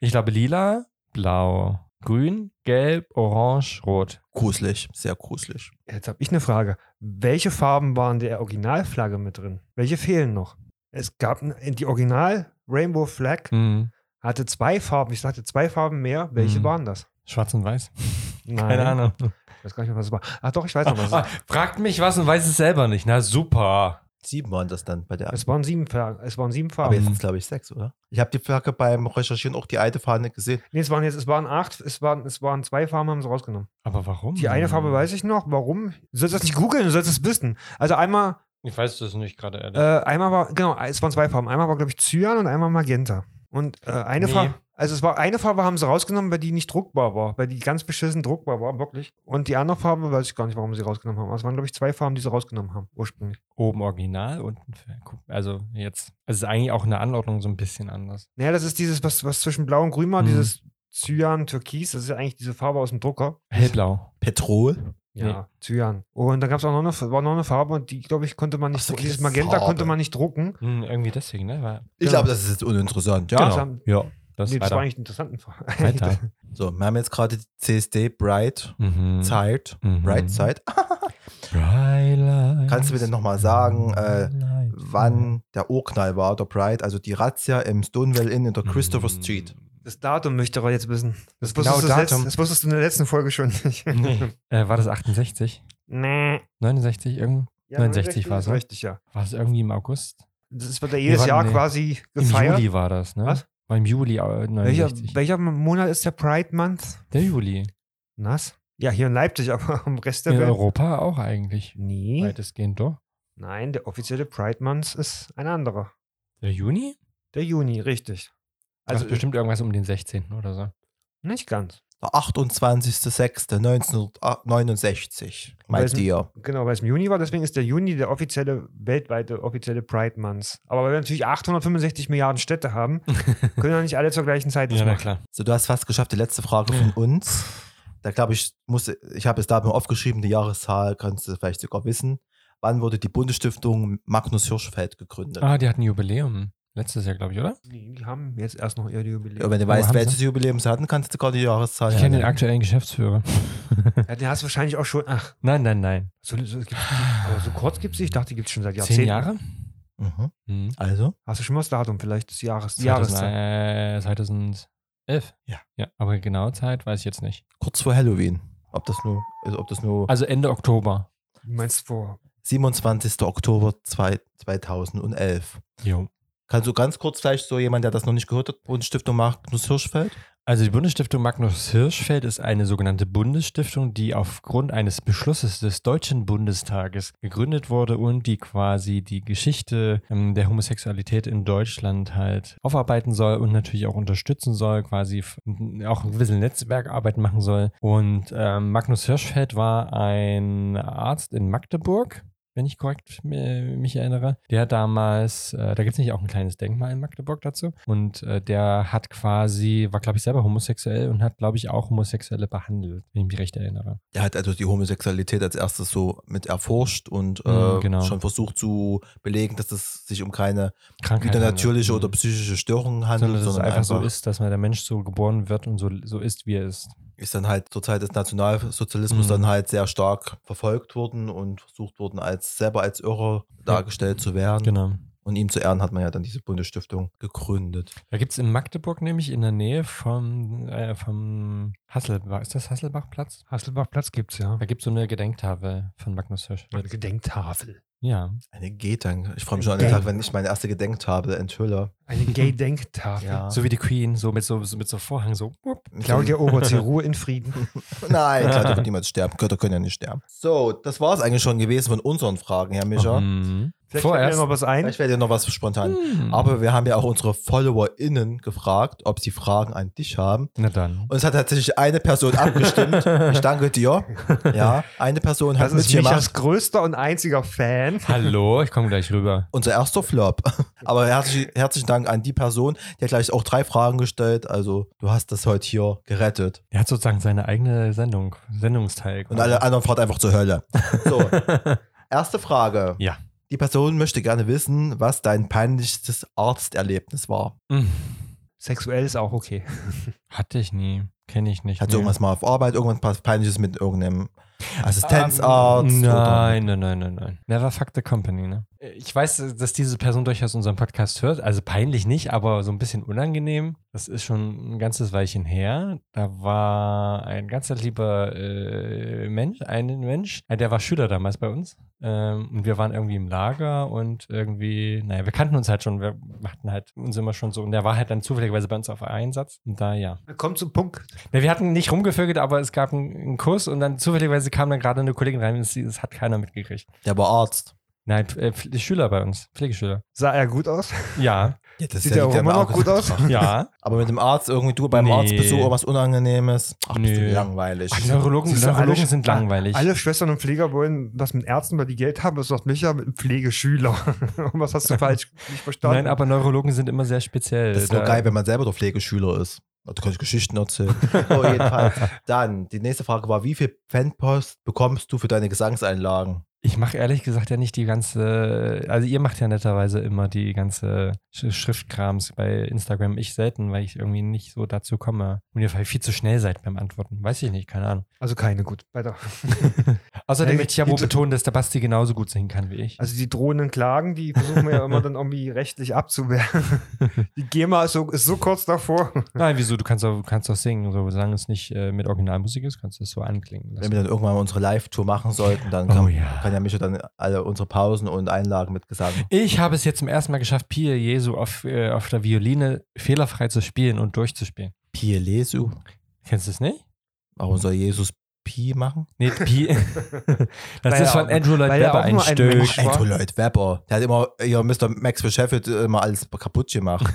[SPEAKER 2] Ich glaube, lila, blau, grün, gelb, orange, rot.
[SPEAKER 1] Gruselig, sehr gruselig.
[SPEAKER 5] Jetzt habe ich eine Frage. Welche Farben waren der Originalflagge mit drin? Welche fehlen noch? Es gab n- äh, die Original Rainbow Flag
[SPEAKER 2] Hm.
[SPEAKER 5] hatte zwei Farben. Ich sagte zwei Farben mehr. Welche
[SPEAKER 2] Mhm.
[SPEAKER 5] waren das?
[SPEAKER 2] Schwarz und weiß?
[SPEAKER 5] Nein.
[SPEAKER 2] Keine Ahnung.
[SPEAKER 5] Ich weiß gar nicht mehr, was es war. Ach doch, ich weiß noch was.
[SPEAKER 2] (laughs)
[SPEAKER 5] es
[SPEAKER 2] Ah,
[SPEAKER 5] war.
[SPEAKER 2] fragt mich was und weiß es selber nicht. Na super.
[SPEAKER 1] Sieben waren das dann bei der.
[SPEAKER 5] Es waren sieben Farben. Es waren sieben
[SPEAKER 1] aber
[SPEAKER 5] Farben.
[SPEAKER 1] jetzt sind es, glaube ich, sechs, oder? Ich habe die Flagge beim Recherchieren auch die alte Fahne gesehen.
[SPEAKER 5] Nee, es waren jetzt, es waren acht, es waren, es waren zwei Farben, haben sie rausgenommen.
[SPEAKER 2] Aber warum?
[SPEAKER 5] Die eine Farbe weiß ich noch. Warum? Du sollst das nicht googeln, du sollst es wissen. Also einmal,
[SPEAKER 2] ich. Ich weiß das nicht gerade.
[SPEAKER 5] äh, einmal war, genau, es waren zwei Farben. Einmal war, glaube ich, Cyan und einmal Magenta. Und äh, eine
[SPEAKER 2] Nee.
[SPEAKER 5] Farbe, also es war eine Farbe haben sie rausgenommen, weil die nicht druckbar war, weil die ganz beschissen druckbar war, wirklich. Und die andere Farbe weiß ich gar nicht, warum sie rausgenommen haben. Aber Es waren, glaube ich, zwei Farben, die sie rausgenommen haben, ursprünglich.
[SPEAKER 2] Oben original, unten. fair. Guck, Also jetzt. Es ist eigentlich auch eine Anordnung so ein bisschen anders.
[SPEAKER 5] Naja, das ist dieses, was, was zwischen Blau und Grün war,
[SPEAKER 2] Mhm.
[SPEAKER 5] dieses Cyan, Türkis, das ist ja eigentlich diese Farbe aus dem Drucker.
[SPEAKER 2] Hellblau.
[SPEAKER 1] Petrol?
[SPEAKER 5] Ja, Cyan. Und dann gab es auch noch eine, war noch eine Farbe und die, glaube ich, konnte man nicht,
[SPEAKER 1] Ach so,
[SPEAKER 5] drucken. dieses
[SPEAKER 1] diese
[SPEAKER 5] Magenta
[SPEAKER 1] Farbe.
[SPEAKER 5] konnte man nicht drucken.
[SPEAKER 2] Hm, irgendwie deswegen, ne? War,
[SPEAKER 1] Ich
[SPEAKER 5] Genau.
[SPEAKER 1] glaube, das ist jetzt uninteressant. Ja.
[SPEAKER 5] Das
[SPEAKER 2] Genau.
[SPEAKER 5] haben-
[SPEAKER 2] ja, das,
[SPEAKER 5] nee, das
[SPEAKER 2] weiter.
[SPEAKER 5] war eigentlich eine interessante Farbe. (laughs)
[SPEAKER 2] Weiter.
[SPEAKER 1] So, wir haben jetzt gerade die CSD Bright
[SPEAKER 2] Mhm.
[SPEAKER 1] Zeit.
[SPEAKER 2] Mhm.
[SPEAKER 1] Bright Zeit. Kannst du mir denn nochmal sagen, äh, wann der Urknall war, der Bright, also die Razzia im Stonewall Inn in
[SPEAKER 2] Mhm.
[SPEAKER 1] der Christopher Street.
[SPEAKER 5] Das Datum möchte er jetzt wissen. Das
[SPEAKER 2] Genau,
[SPEAKER 5] wusstest, du das,
[SPEAKER 2] Datum.
[SPEAKER 5] letzt- das wusstest du in der letzten Folge schon
[SPEAKER 2] Nee.
[SPEAKER 5] nicht.
[SPEAKER 2] (laughs) Äh, war das 68?
[SPEAKER 5] nee.
[SPEAKER 2] 69? Irgend,
[SPEAKER 5] Ja,
[SPEAKER 2] 69 war's,
[SPEAKER 5] ist
[SPEAKER 2] ne?
[SPEAKER 5] Richtig, ja.
[SPEAKER 2] war es irgendwie im August?
[SPEAKER 5] Das wird ja jedes
[SPEAKER 2] warte,
[SPEAKER 5] Jahr
[SPEAKER 2] nee.
[SPEAKER 5] quasi
[SPEAKER 2] Im
[SPEAKER 5] gefeiert.
[SPEAKER 2] Juli war das, ne?
[SPEAKER 5] Was?
[SPEAKER 2] War im Juli äh,
[SPEAKER 5] Welcher,
[SPEAKER 2] 69.
[SPEAKER 5] welcher Monat ist der Pride Month?
[SPEAKER 2] Der Juli.
[SPEAKER 5] Nass? Ja, hier in Leipzig, (laughs) aber am Rest der
[SPEAKER 2] In
[SPEAKER 5] Welt.
[SPEAKER 2] Europa auch eigentlich.
[SPEAKER 5] Nee.
[SPEAKER 2] Weitestgehend doch.
[SPEAKER 5] Nein, der offizielle Pride Month ist ein anderer.
[SPEAKER 2] Der Juni?
[SPEAKER 5] Der Juni, richtig.
[SPEAKER 2] Also
[SPEAKER 5] Also
[SPEAKER 2] das bestimmt irgendwas um den 16. oder so.
[SPEAKER 5] nicht ganz.
[SPEAKER 1] Der 28.06.1969. Mein
[SPEAKER 5] Weiß-
[SPEAKER 1] Dear.
[SPEAKER 5] Genau, weil es im Juni war, deswegen ist der Juni der offizielle, weltweite offizielle Pride Month. Aber weil wir natürlich 865 Milliarden
[SPEAKER 2] (laughs)
[SPEAKER 5] Städte haben, können ja nicht alle zur gleichen Zeit das machen.
[SPEAKER 2] klar.
[SPEAKER 1] So, du hast fast geschafft, die letzte Frage von uns. Da glaube ich, muss, ich habe es da mal aufgeschrieben, die Jahreszahl kannst du vielleicht sogar wissen. wann wurde die Bundesstiftung Magnus Hirschfeld gegründet?
[SPEAKER 2] Ah, die hatten Jubiläum. Letztes Jahr, glaube ich, oder?
[SPEAKER 5] Nee, die haben jetzt erst noch ihr Jubiläum.
[SPEAKER 1] Ja, wenn du
[SPEAKER 2] Aber
[SPEAKER 1] weißt,
[SPEAKER 2] haben
[SPEAKER 1] welches
[SPEAKER 2] sie-
[SPEAKER 1] Jubiläum sie hatten, kannst du gerade die Jahreszahl
[SPEAKER 2] Ich kenne den
[SPEAKER 1] hernehmen.
[SPEAKER 2] aktuellen Geschäftsführer.
[SPEAKER 5] Ja, den hast du wahrscheinlich auch schon. Ach,
[SPEAKER 2] nenein, nein, nein.
[SPEAKER 5] so, so, es gibt, aber so kurz gibt es Ich dachte, die gibt es schon seit Jahrzehnten.
[SPEAKER 2] Zehn Jahre?
[SPEAKER 1] Mhm.
[SPEAKER 2] Hm.
[SPEAKER 1] Also,
[SPEAKER 5] Hast du schon mal das Datum? Vielleicht des Jahres. Die
[SPEAKER 2] 2000,
[SPEAKER 5] Jahreszeit.
[SPEAKER 2] äh, 2011.
[SPEAKER 1] Ja.
[SPEAKER 2] ja. Aber genaue Zeit weiß ich jetzt nicht.
[SPEAKER 1] kurz vor Halloween. Ob das nur, also ob das nur
[SPEAKER 2] Also Ende Oktober.
[SPEAKER 5] Du meinst vor.
[SPEAKER 1] 27. Oktober zwei- 2011.
[SPEAKER 2] Jo.
[SPEAKER 1] Kannst du ganz kurz vielleicht so jemand, der das noch nicht gehört hat, Bundesstiftung Magnus Hirschfeld?
[SPEAKER 2] Also die Bundesstiftung Magnus Hirschfeld ist eine sogenannte Bundesstiftung, die aufgrund eines Beschlusses des Deutschen Bundestages gegründet wurde und die quasi die Geschichte ähm, der Homosexualität in Deutschland halt aufarbeiten soll und natürlich auch unterstützen soll, quasi f- auch ein bisschen Netzwerkarbeit machen soll. Und ähm, Magnus Hirschfeld war ein Arzt in Magdeburg. Wenn ich korrekt äh, mich erinnere, der damals, äh, da gibt es nicht auch ein kleines Denkmal in Magdeburg dazu. Und äh, der hat quasi, war glaube ich selber homosexuell und hat glaube ich auch Homosexuelle behandelt, wenn ich mich recht erinnere.
[SPEAKER 1] Der hat also die Homosexualität als erstes so mit erforscht und
[SPEAKER 2] Mhm,
[SPEAKER 1] äh,
[SPEAKER 2] genau.
[SPEAKER 1] schon versucht zu belegen, dass es sich um keine
[SPEAKER 2] Krankheit.
[SPEAKER 1] natürliche
[SPEAKER 2] handelt.
[SPEAKER 1] oder
[SPEAKER 2] Mhm.
[SPEAKER 1] psychische Störung handelt,
[SPEAKER 2] sondern
[SPEAKER 1] sondern,
[SPEAKER 2] dass es einfach,
[SPEAKER 1] einfach,
[SPEAKER 2] so ist, dass man der Mensch so geboren wird und so, so ist, wie er ist.
[SPEAKER 1] ist dann halt zur Zeit des Nationalsozialismus
[SPEAKER 2] Mhm.
[SPEAKER 1] dann halt sehr stark verfolgt worden und versucht worden, als selber als Irrer dargestellt zu werden.
[SPEAKER 2] Genau.
[SPEAKER 1] Und ihm zu Ehren hat man ja dann diese Bundesstiftung gegründet.
[SPEAKER 2] Da gibt es in Magdeburg nämlich in der Nähe vom, äh, vom Hasselbach, ist das Hasselbachplatz?
[SPEAKER 5] Hasselbachplatz gibt es, ja.
[SPEAKER 2] Da gibt es so eine Gedenktafel von Magnus Hirschfeld.
[SPEAKER 5] Eine Gedenktafel.
[SPEAKER 2] Ja.
[SPEAKER 1] Eine Gedenk. Ich freue mich schon an den
[SPEAKER 5] Gedenk.
[SPEAKER 1] Tag, wenn ich meine erste Gedenktafel enthülle.
[SPEAKER 2] (laughs)
[SPEAKER 5] Eine Gay-Denktafel.
[SPEAKER 1] Ja.
[SPEAKER 2] So wie die Queen, so mit so, so mit so Vorhang, so. wupp.
[SPEAKER 5] Claudia Oberts, hier Ruhe in
[SPEAKER 2] (laughs)
[SPEAKER 5] Frieden.
[SPEAKER 1] (laughs) Nein, klar, da wird niemand sterben. Götter können ja nicht sterben. So, das war es eigentlich schon gewesen von unseren Fragen, Herr Mischer.
[SPEAKER 2] Mhm.
[SPEAKER 5] Vielleicht fällt mir
[SPEAKER 2] Vorerst.
[SPEAKER 5] noch was ein.
[SPEAKER 1] Vielleicht fällt dir noch was spontan.
[SPEAKER 2] Mhm.
[SPEAKER 1] Aber wir haben ja auch unsere FollowerInnen gefragt, ob sie Fragen an dich haben.
[SPEAKER 2] Na dann.
[SPEAKER 1] Und es hat tatsächlich eine Person (laughs) abgestimmt. Ich danke dir. Ja, eine Person hat
[SPEAKER 5] Das ist
[SPEAKER 1] mitgemacht.
[SPEAKER 5] Michas größter und einziger Fan.
[SPEAKER 2] Hallo, ich komme gleich rüber.
[SPEAKER 1] Unser erster Flop. (laughs) Aber herzlich, herzlichen Dank an die Person, die hat gleich auch drei Fragen gestellt. Also, du hast das heute hier gerettet.
[SPEAKER 2] Er hat sozusagen seine eigene Sendung, Sendungsteil.
[SPEAKER 1] Und alle anderen fahrt einfach zur
[SPEAKER 2] (laughs)
[SPEAKER 1] Hölle. So, erste Frage.
[SPEAKER 2] Ja.
[SPEAKER 1] Die Person möchte gerne wissen, was dein peinlichstes Arzterlebnis war.
[SPEAKER 2] Mhm.
[SPEAKER 5] Sexuell ist auch okay.
[SPEAKER 2] (laughs) Hatte ich nie. Kenne ich nicht.
[SPEAKER 1] Hat
[SPEAKER 2] nee.
[SPEAKER 1] so irgendwas mal auf Arbeit, irgendwas Peinliches mit irgendeinem Assistenzarzt?
[SPEAKER 2] Ähm,
[SPEAKER 1] oder-
[SPEAKER 2] Nein, nein, nein, nein, nein. Never fuck the company, ne? Ich weiß, dass diese Person durchaus unseren Podcast hört. Also peinlich nicht, aber so ein bisschen unangenehm. Das ist schon ein ganzes Weilchen her. Da war ein ganz lieber äh, Mensch, ein Mensch, äh, der war Schüler damals bei uns. Ähm, und wir waren irgendwie im Lager und irgendwie, naja, wir kannten uns halt schon, wir hatten halt uns immer schon so. Und der war halt dann zufälligerweise bei uns auf Einsatz. Und da, ja.
[SPEAKER 5] Kommt zum Punkt.
[SPEAKER 2] Ne, wir hatten nicht rumgevögelt, aber es gab einen, einen Kuss und dann zufälligerweise kam dann gerade eine Kollegin rein und sie- das hat keiner mitgekriegt.
[SPEAKER 1] Der war Arzt.
[SPEAKER 2] Nein, Pf- äh, Pf- Schüler bei uns, Pflegeschüler.
[SPEAKER 5] Sah er gut aus?
[SPEAKER 2] Ja,
[SPEAKER 1] Ja, das
[SPEAKER 5] Sieht ja auch
[SPEAKER 1] liegt
[SPEAKER 5] immer
[SPEAKER 1] im
[SPEAKER 5] noch gut aus.
[SPEAKER 1] Auge.
[SPEAKER 2] ja.
[SPEAKER 1] Aber mit dem Arzt irgendwie, du beim
[SPEAKER 2] Nee.
[SPEAKER 1] Arztbesuch irgendwas Unangenehmes. Ach, das ist
[SPEAKER 2] Nö.
[SPEAKER 1] langweilig.
[SPEAKER 2] Ach, Neurologen,
[SPEAKER 5] Siehst du, alle-
[SPEAKER 2] Neurologen sind langweilig.
[SPEAKER 5] Alle Schwestern und Pfleger wollen was mit Ärzten, weil die Geld haben. Das sagt Micha mit einem Pflegeschüler. (laughs) Und was hast du
[SPEAKER 2] (laughs)
[SPEAKER 5] falsch nicht verstanden?
[SPEAKER 2] Nein, aber Neurologen sind immer sehr speziell.
[SPEAKER 1] Das ist nur
[SPEAKER 2] Äh, Da-
[SPEAKER 1] geil, wenn man selber der Pflegeschüler ist. Da kann ich Geschichten erzählen. (laughs) so, jedenfalls. Dann, die nächste Frage war, wie viel Fanpost bekommst du für deine Gesangseinlagen?
[SPEAKER 2] Ich mache ehrlich gesagt ja nicht die ganze, also ihr macht ja netterweise immer die ganze Sch Schriftkrams bei Instagram. Ich selten, weil ich irgendwie nicht so dazu komme. Und ihr viel zu schnell seid beim Antworten. Weiß ich nicht, keine Ahnung.
[SPEAKER 5] also keine, gut. Weiter.
[SPEAKER 2] Außerdem
[SPEAKER 5] Ja,
[SPEAKER 2] möchte ich ja
[SPEAKER 5] die-
[SPEAKER 2] wohl betonen, dass der Basti genauso gut singen kann wie ich.
[SPEAKER 5] Also die drohenden Klagen, die versuchen wir ja immer dann irgendwie rechtlich abzuwehren. Die GEMA ist so, ist so kurz davor.
[SPEAKER 2] Nein, wieso? Du kannst doch, kannst doch singen. So, solange es nicht äh, mit Originalmusik ist, kannst du es so anklingen
[SPEAKER 1] Wenn
[SPEAKER 2] lassen.
[SPEAKER 1] wir dann irgendwann mal unsere Live-Tour machen sollten, dann
[SPEAKER 2] Oh
[SPEAKER 1] kann, kann Oh ja Micha dann alle unsere Pausen und Einlagen mit Gesang.
[SPEAKER 2] Ich habe es jetzt zum ersten Mal geschafft, Pie Jesu auf, äh, auf der Violine fehlerfrei zu spielen und durchzuspielen.
[SPEAKER 1] Pie Lesu.
[SPEAKER 2] Kennst du es nicht?
[SPEAKER 1] Warum soll Jesus Pi machen?
[SPEAKER 2] Nee,
[SPEAKER 5] (laughs)
[SPEAKER 2] (laughs) Pie. das
[SPEAKER 5] Weil
[SPEAKER 2] ist
[SPEAKER 5] er
[SPEAKER 2] von
[SPEAKER 5] auch-
[SPEAKER 2] Andrew Lloyd
[SPEAKER 5] weil er
[SPEAKER 2] Webber
[SPEAKER 5] auch
[SPEAKER 2] ein
[SPEAKER 5] nur ein
[SPEAKER 2] Stück.
[SPEAKER 5] Mensch-
[SPEAKER 1] Ey, du Lloyd Webber. Der hat immer, ja, Mr. Maxwell Sheffield immer alles kaputt gemacht.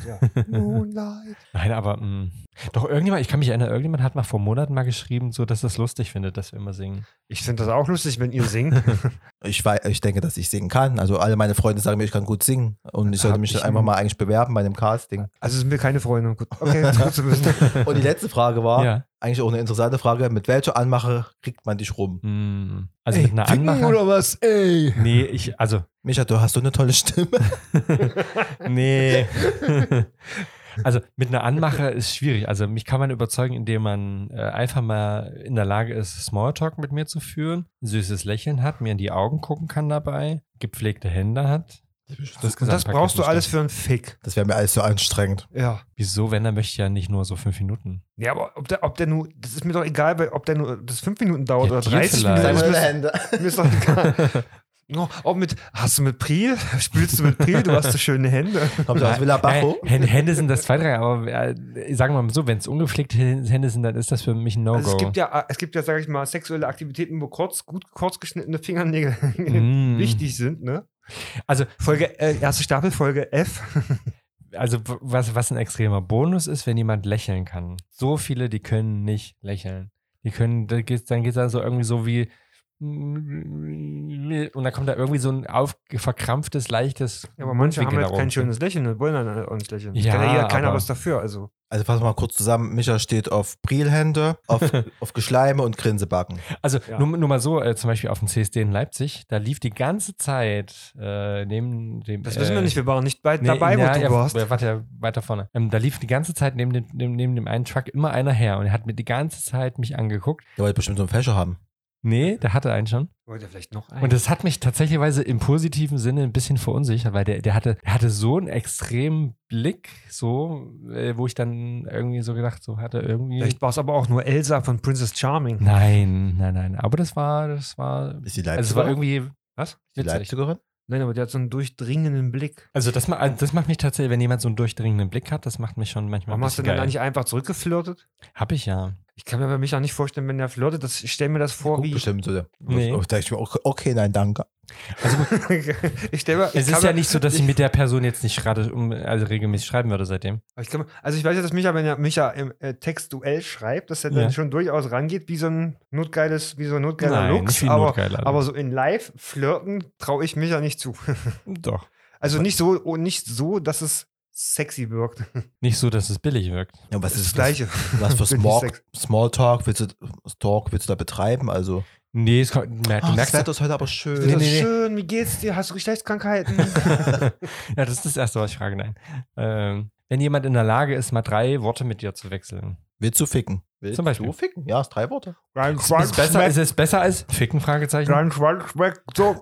[SPEAKER 5] Moonlight.
[SPEAKER 2] Nein, aber mh. doch irgendjemand, ich kann mich erinnern, irgendjemand hat mal vor Monaten mal geschrieben, so dass das lustig findet, dass wir immer singen.
[SPEAKER 5] Ich finde das auch lustig, wenn ihr singt.
[SPEAKER 1] Ich, wei- ich denke, dass ich singen kann. Also alle meine Freunde sagen mir, ich kann gut singen. Und ich sollte
[SPEAKER 5] Hab
[SPEAKER 1] mich
[SPEAKER 5] ich
[SPEAKER 1] einfach
[SPEAKER 5] nie.
[SPEAKER 1] mal eigentlich bewerben bei dem Casting.
[SPEAKER 5] Also sind wir keine Freunde. Gut. Okay, ist gut zu wissen.
[SPEAKER 1] Und die letzte Frage war,
[SPEAKER 2] ja.
[SPEAKER 1] eigentlich auch eine interessante Frage. Mit welcher Anmache kriegt man dich rum?
[SPEAKER 2] Hm. Also mit einer Anmache.
[SPEAKER 1] was? Ey.
[SPEAKER 2] Nee, ich, also,
[SPEAKER 1] Micha, du hast so eine tolle Stimme.
[SPEAKER 5] (laughs)
[SPEAKER 2] nee. Also mit einer Anmache ist schwierig. Also mich kann man überzeugen, indem man äh, einfach mal in der Lage ist, Smalltalk mit mir zu führen, ein süßes Lächeln hat, mir in die Augen gucken kann dabei, gepflegte Hände hat. Das,
[SPEAKER 5] Und das
[SPEAKER 2] Gesamtpaket
[SPEAKER 5] brauchst du
[SPEAKER 2] muss
[SPEAKER 5] alles
[SPEAKER 2] stimmen.
[SPEAKER 5] für einen Fick.
[SPEAKER 1] Das wäre mir alles so anstrengend.
[SPEAKER 5] Ja.
[SPEAKER 2] Wieso, wenn, dann möchte ich ja nicht nur so fünf Minuten.
[SPEAKER 5] Ja, aber ob der, ob der nur, das ist mir doch egal, weil- ob der nur das fünf Minuten dauert
[SPEAKER 2] Ja,
[SPEAKER 5] oder
[SPEAKER 2] dir
[SPEAKER 5] 30 Minuten.
[SPEAKER 2] vielleicht.
[SPEAKER 5] das
[SPEAKER 1] Sei mal
[SPEAKER 5] ist mir-
[SPEAKER 1] deine Hände.
[SPEAKER 5] Mir ist doch egal. No, auch mit, hast du mit Priel? (laughs) Spielst du mit Priel? Du hast so schöne Hände.
[SPEAKER 1] Kommt ja aus Villa Bajo.
[SPEAKER 2] Nein, Hände- Hände sind das zwei, drei, aber äh, sagen wir mal so, wenn es ungepflegte Hände sind, dann ist das für mich ein No-Go.
[SPEAKER 5] Also es gibt ja, es gibt ja, sag ich mal, sexuelle Aktivitäten, wo kurz, gut kurz geschnittene Fingernägel (laughs)
[SPEAKER 2] Mm.
[SPEAKER 5] wichtig sind, ne?
[SPEAKER 2] Also-
[SPEAKER 5] Folge, äh, erste Staffel, Folge F.
[SPEAKER 2] also w- was, was ein extremer Bonus ist, wenn jemand lächeln kann. So viele, die können nicht lächeln. Die können, da geht's, dann geht es dann so irgendwie so wie und dann kommt da irgendwie so ein auf, verkrampftes, leichtes.
[SPEAKER 5] Ja, aber manche haben
[SPEAKER 2] Mundwinkel Mhm.
[SPEAKER 5] halt
[SPEAKER 2] da
[SPEAKER 5] kein
[SPEAKER 2] rum.
[SPEAKER 5] schönes Lächeln und wollen dann auch nicht lächeln.
[SPEAKER 2] Ja,
[SPEAKER 5] Kann ja jeder, keiner
[SPEAKER 2] aber-
[SPEAKER 5] was dafür, also.
[SPEAKER 1] Also fassen wir mal kurz zusammen. Micha steht auf Prielhände,
[SPEAKER 2] (laughs)
[SPEAKER 1] auf, auf Geschleime und Grinsebacken.
[SPEAKER 2] Also
[SPEAKER 5] Ja.
[SPEAKER 2] nur, nur mal so, äh, zum Beispiel auf dem CSD in Leipzig, da lief die ganze Zeit äh, neben dem.
[SPEAKER 5] Das
[SPEAKER 2] äh,
[SPEAKER 5] wissen wir nicht, wir waren nicht bei,
[SPEAKER 2] nee,
[SPEAKER 5] dabei, wo
[SPEAKER 2] ja,
[SPEAKER 5] du
[SPEAKER 2] ja,
[SPEAKER 5] warst.
[SPEAKER 2] w- Warte, weiter vorne. Ähm, da lief die ganze Zeit neben dem, neben, neben dem einen Truck immer einer her und er hat mir die ganze Zeit mich angeguckt.
[SPEAKER 1] Der wollte bestimmt so einen Fächer haben.
[SPEAKER 2] Nee, der hatte einen schon.
[SPEAKER 5] Wollte vielleicht noch
[SPEAKER 2] Und das hat mich tatsächlich im positiven Sinne ein bisschen verunsichert, weil der, der, hatte, der hatte so einen extremen Blick, so, äh, wo ich dann irgendwie so gedacht, so hatte irgendwie.
[SPEAKER 5] Vielleicht war es aber auch nur Elsa von Princess Charming.
[SPEAKER 2] Nein, nein, nein. Aber das war, das war.
[SPEAKER 1] Ist die
[SPEAKER 2] Also es war
[SPEAKER 1] Leipzigerin?
[SPEAKER 2] irgendwie. Was?
[SPEAKER 1] die
[SPEAKER 2] Witzig.
[SPEAKER 1] Leipzigerin?
[SPEAKER 5] Nein, aber der hat so einen durchdringenden Blick.
[SPEAKER 2] Also das, ma- also das macht mich tatsächlich, wenn jemand so einen durchdringenden Blick hat, das macht mich schon manchmal.
[SPEAKER 5] Warum
[SPEAKER 2] ein
[SPEAKER 5] hast du
[SPEAKER 2] bisschen
[SPEAKER 5] denn
[SPEAKER 2] geil.
[SPEAKER 5] eigentlich einfach zurückgeflirtet?
[SPEAKER 2] Hab ich ja.
[SPEAKER 5] Ich kann mir bei mich auch nicht vorstellen, wenn der flirtet. Das, ich stelle mir das vor
[SPEAKER 1] Guck
[SPEAKER 5] wie.
[SPEAKER 1] bestimmt so. der-
[SPEAKER 2] Oh, Nee.
[SPEAKER 1] Oh, da ich mir, okay, okay, nein, danke.
[SPEAKER 5] ich (laughs) stell mir,
[SPEAKER 2] Es
[SPEAKER 5] ich kann
[SPEAKER 2] ist ja
[SPEAKER 5] mir,
[SPEAKER 2] nicht so, dass ich mit der Person jetzt nicht gerade, um- also regelmäßig schreiben würde seitdem.
[SPEAKER 5] Ich kann mir, also ich weiß ja, dass Micha, wenn er Micha im äh, Textuell schreibt, dass er
[SPEAKER 2] Ja.
[SPEAKER 5] dann schon durchaus rangeht wie so ein notgeiles, wie so ein notgeiler
[SPEAKER 2] Nein,
[SPEAKER 5] Genau, Lux.
[SPEAKER 2] nicht wie ein
[SPEAKER 5] aber,
[SPEAKER 2] notgeiler.
[SPEAKER 5] aber so in Live flirten traue ich Micha nicht zu.
[SPEAKER 2] Doch.
[SPEAKER 5] Also nicht so, oh, nicht so, dass es sexy wirkt.
[SPEAKER 2] Nicht so, dass es billig wirkt.
[SPEAKER 1] Ja, was
[SPEAKER 5] Das
[SPEAKER 1] ist
[SPEAKER 5] ist das Gleiche.
[SPEAKER 1] Was
[SPEAKER 2] (laughs)
[SPEAKER 1] für
[SPEAKER 5] Bin ich
[SPEAKER 1] Small,
[SPEAKER 5] sex-
[SPEAKER 1] Smalltalk willst du, Talk willst du da betreiben? Also,
[SPEAKER 2] Nee, es kommt, merk,
[SPEAKER 1] Ah,
[SPEAKER 2] merkst du,
[SPEAKER 1] ist heute aber
[SPEAKER 5] Das
[SPEAKER 1] schön.
[SPEAKER 5] ist
[SPEAKER 2] nee, nee.
[SPEAKER 5] schön, wie geht's dir? Hast
[SPEAKER 2] (laughs)
[SPEAKER 5] du Geschlechtskrankheiten?
[SPEAKER 2] ja, das ist das Erste, was ich frage. Nein. Ähm, wenn jemand in der Lage ist, mal drei Worte mit dir zu wechseln.
[SPEAKER 1] Willst du ficken? Willst
[SPEAKER 2] Zum Beispiel.
[SPEAKER 1] du ficken? Ja, ist drei Worte.
[SPEAKER 5] Rein
[SPEAKER 2] Ist, besser, ist es besser als Ficken? Fragezeichen.
[SPEAKER 5] Oh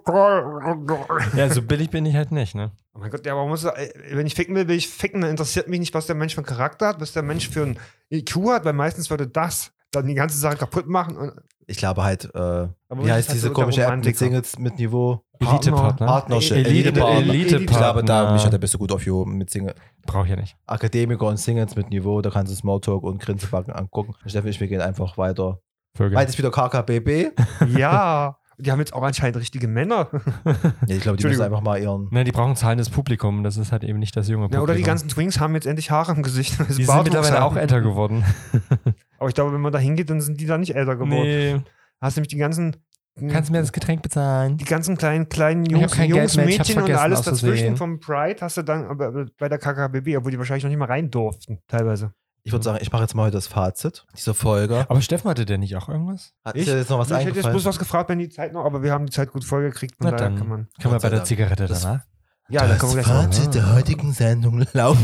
[SPEAKER 2] Ja, so billig bin ich halt nicht, ne?
[SPEAKER 5] mein Gott, ja, aber man muss, äh, wenn ich ficken will, will ich ficken, dann interessiert mich nicht, was der Mensch für einen Charakter hat, was der Mensch für einen IQ hat, weil meistens würde das dann die ganze Sache kaputt machen. Und,
[SPEAKER 1] Ich glaube halt, äh,
[SPEAKER 5] aber
[SPEAKER 1] wie heißt diese komische App mit
[SPEAKER 5] Single?
[SPEAKER 1] Singles mit Niveau?
[SPEAKER 2] Elite-Partner.
[SPEAKER 1] Partnership.
[SPEAKER 2] ne? Elite-
[SPEAKER 1] Elite-Partner.
[SPEAKER 2] Elite-Partner.
[SPEAKER 1] ich glaube, da mich hat er bist du gut aufgehoben mit Single.
[SPEAKER 2] Brauche ich ja nicht.
[SPEAKER 1] Akademiker und Singles mit Niveau, da kannst du Smalltalk und Grinsebacken angucken. Steffen, ich, wir gehen einfach weiter.
[SPEAKER 2] Vögel.
[SPEAKER 1] Beides wieder KKBB.
[SPEAKER 5] Ja, die haben jetzt auch anscheinend
[SPEAKER 2] (laughs)
[SPEAKER 5] richtige Männer.
[SPEAKER 1] Ja, ich glaube, die müssen
[SPEAKER 5] Entschuldigung.
[SPEAKER 1] einfach mal ihren.
[SPEAKER 2] Ne, die brauchen zahlendes Publikum. Das ist halt eben nicht das junge Publikum.
[SPEAKER 5] Ja, oder die ganzen Twinks haben jetzt endlich Haare im Gesicht. (laughs) weil sie
[SPEAKER 2] Die sind
[SPEAKER 5] Bartwuchs
[SPEAKER 2] mittlerweile
[SPEAKER 5] haben.
[SPEAKER 2] auch älter
[SPEAKER 5] (laughs)
[SPEAKER 2] geworden.
[SPEAKER 5] Aber ich glaube, wenn man da hingeht, dann sind die da nicht älter geworden.
[SPEAKER 2] Nee.
[SPEAKER 5] Hast nämlich die ganzen.
[SPEAKER 2] Kannst du mir das Getränk bezahlen?
[SPEAKER 5] die ganzen kleinen, kleinen
[SPEAKER 2] hab
[SPEAKER 5] Jungs,
[SPEAKER 2] kein
[SPEAKER 5] Jungs
[SPEAKER 2] Geld mehr, ich hab's
[SPEAKER 5] Mädchen und
[SPEAKER 2] vergessen
[SPEAKER 5] alles
[SPEAKER 2] auszusehen.
[SPEAKER 5] dazwischen vom Pride hast du dann aber äh, bei der KKBB, obwohl die wahrscheinlich noch nicht mal rein durften, teilweise.
[SPEAKER 1] Ich würde sagen, ich mache jetzt mal heute das Fazit dieser Folge.
[SPEAKER 2] Aber Steffen hatte der nicht auch irgendwas?
[SPEAKER 1] Hat
[SPEAKER 5] Ich-
[SPEAKER 1] dir jetzt noch was
[SPEAKER 5] ich hätte jetzt bloß
[SPEAKER 1] eingefallen?
[SPEAKER 5] was gefragt, wenn die Zeit noch, aber wir haben die Zeit gut vollgekriegt. Von
[SPEAKER 2] Na
[SPEAKER 5] daher
[SPEAKER 2] dann.
[SPEAKER 5] kann man.
[SPEAKER 2] Können wir
[SPEAKER 1] Gott sei
[SPEAKER 2] bei der
[SPEAKER 1] Dank.
[SPEAKER 2] Zigarette
[SPEAKER 1] Das-
[SPEAKER 2] danach?
[SPEAKER 5] Ja, dann können wir gleich
[SPEAKER 2] Fazit
[SPEAKER 5] machen.
[SPEAKER 2] der heutigen
[SPEAKER 1] Sendung (laughs)
[SPEAKER 5] (laughs)
[SPEAKER 1] laut.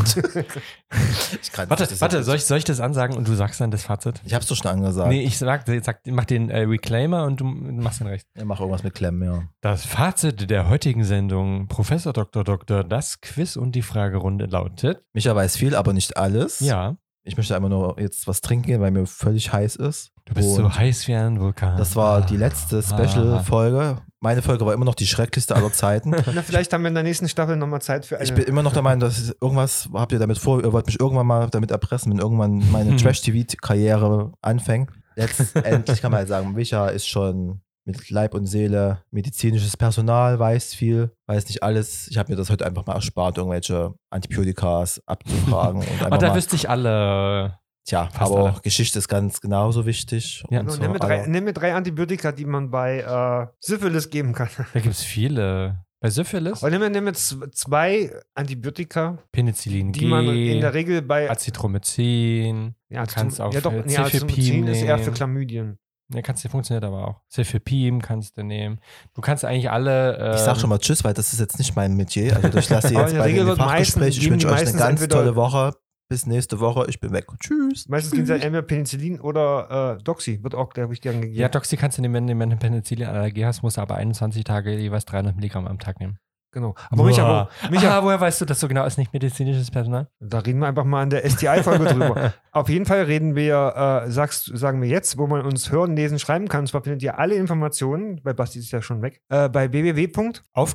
[SPEAKER 1] ich kann
[SPEAKER 2] Warte,
[SPEAKER 1] nicht, das
[SPEAKER 2] warte,
[SPEAKER 1] ist-
[SPEAKER 2] soll ich, soll ich das ansagen und du sagst dann das Fazit?
[SPEAKER 1] Ich hab's doch schon angesagt.
[SPEAKER 2] Nee, ich sag, ich sag mach den äh, Reclaimer und du machst den recht.
[SPEAKER 1] Ich mach irgendwas mit Klemmen, ja.
[SPEAKER 2] Das Fazit der heutigen Sendung, Professor Dr. Dr. Das Quiz und die Fragerunde lautet:
[SPEAKER 1] Micha weiß viel, aber nicht alles.
[SPEAKER 2] Ja,
[SPEAKER 1] Ich möchte einmal nur jetzt was trinken gehen, weil mir völlig heiß ist.
[SPEAKER 2] du bist
[SPEAKER 1] Und
[SPEAKER 2] so heiß wie ein Vulkan.
[SPEAKER 1] Das war die
[SPEAKER 2] Ah,
[SPEAKER 1] letzte
[SPEAKER 2] ah.
[SPEAKER 1] Special-Folge. Meine Folge war immer noch die schrecklichste aller
[SPEAKER 5] (laughs)
[SPEAKER 1] Zeiten.
[SPEAKER 5] Na, vielleicht haben wir in der nächsten Staffel nochmal Zeit für eine.
[SPEAKER 1] Ich bin immer noch der Meinung, dass es irgendwas habt ihr damit vor, ihr wollt mich irgendwann mal damit erpressen, wenn irgendwann meine
[SPEAKER 2] (laughs) Hm.
[SPEAKER 1] Trash-TV-Karriere anfängt. Letztendlich kann man halt sagen, Micha ist schon mit Leib und Seele medizinisches Personal, weiß viel, weiß nicht alles. Ich habe mir das heute einfach mal erspart, irgendwelche Antibiotikas abzufragen.
[SPEAKER 2] (laughs)
[SPEAKER 1] und
[SPEAKER 2] Ah,
[SPEAKER 1] einfach
[SPEAKER 2] da
[SPEAKER 1] mal,
[SPEAKER 2] wüsste ich alle.
[SPEAKER 1] tja,
[SPEAKER 2] fast
[SPEAKER 1] aber
[SPEAKER 2] alle.
[SPEAKER 1] Geschichte ist ganz genauso wichtig.
[SPEAKER 2] Ja,
[SPEAKER 1] und
[SPEAKER 5] Nur
[SPEAKER 1] so,
[SPEAKER 5] Also
[SPEAKER 1] Also
[SPEAKER 5] nimm, mir drei,
[SPEAKER 1] aber-
[SPEAKER 5] nimm mir drei Antibiotika, die man bei äh, Syphilis geben kann.
[SPEAKER 2] Da gibt es viele. Bei Syphilis,
[SPEAKER 5] Und nehmen wir, nehmen wir z- zwei Antibiotika,
[SPEAKER 2] Penicillin
[SPEAKER 5] die man in der
[SPEAKER 2] G,
[SPEAKER 5] Regel bei.
[SPEAKER 2] Azithromycin,
[SPEAKER 5] Ja, zum-
[SPEAKER 2] kannst auch
[SPEAKER 5] ja, doch,
[SPEAKER 2] für
[SPEAKER 5] nee, Azithromycin
[SPEAKER 2] Cefepime
[SPEAKER 5] ist eher für
[SPEAKER 2] nehmen.
[SPEAKER 5] Chlamydien.
[SPEAKER 2] ja, kannst du, funktioniert aber auch. Cefepim kannst du nehmen. Du kannst eigentlich alle. Ähm,
[SPEAKER 1] Ich sag schon mal Tschüss, weil das ist jetzt nicht mein Metier. Also ich
[SPEAKER 5] (laughs)
[SPEAKER 1] lasse
[SPEAKER 5] Aber
[SPEAKER 1] jetzt
[SPEAKER 5] in der
[SPEAKER 1] bei
[SPEAKER 5] Regel
[SPEAKER 1] den
[SPEAKER 5] wird meistens-
[SPEAKER 1] Fachgespräch. Ich
[SPEAKER 5] geben die
[SPEAKER 1] wünsche euch eine
[SPEAKER 5] meistens
[SPEAKER 1] ganz
[SPEAKER 5] entweder-
[SPEAKER 1] tolle Woche. Bis nächste Woche. Ich bin weg. Tschüss.
[SPEAKER 5] Meistens
[SPEAKER 2] Mhm.
[SPEAKER 5] gehen es ja entweder Penicillin oder äh, Doxy, wird auch, glaube ich, gern gegeben.
[SPEAKER 2] Ja, Doxy kannst du nehmen, wenn du eine Penicillinallergie hast, musst du aber 21 Tage jeweils 300 Milligramm am Tag nehmen.
[SPEAKER 5] genau. Aber Micha, wo- Micha,
[SPEAKER 2] Micha, woher weißt du das so genau? Ist nicht medizinisches Personal?
[SPEAKER 5] Da reden wir einfach mal in der STI-Folge
[SPEAKER 2] (laughs)
[SPEAKER 5] drüber. Auf jeden Fall reden wir, äh, sagst, sagen wir jetzt, wo man uns hören, lesen, schreiben kann. Und zwar findet ihr alle Informationen, bei Basti ist ja schon weg, äh, bei www.
[SPEAKER 2] Auf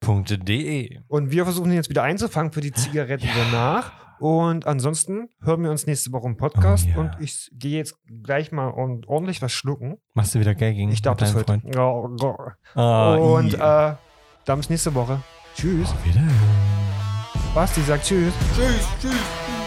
[SPEAKER 2] gayclererd.de.
[SPEAKER 5] Und wir versuchen ihn jetzt wieder einzufangen für die Zigaretten danach. Und ansonsten hören wir uns nächste Woche im Podcast.
[SPEAKER 2] Oh, yeah.
[SPEAKER 5] Und ich gehe jetzt gleich mal und ordentlich was schlucken.
[SPEAKER 2] Machst du wieder Gagging?
[SPEAKER 5] Ich darf
[SPEAKER 2] Mhm, mit
[SPEAKER 5] das
[SPEAKER 2] deinem
[SPEAKER 5] heute.
[SPEAKER 2] Freund?
[SPEAKER 5] Ja, ja.
[SPEAKER 2] Ah,
[SPEAKER 5] und
[SPEAKER 2] i-
[SPEAKER 5] äh, dann bis nächste Woche. Tschüss.
[SPEAKER 2] Auf Wiedersehen.
[SPEAKER 5] Basti sagt Tschüss.
[SPEAKER 1] Tschüss, tschüss.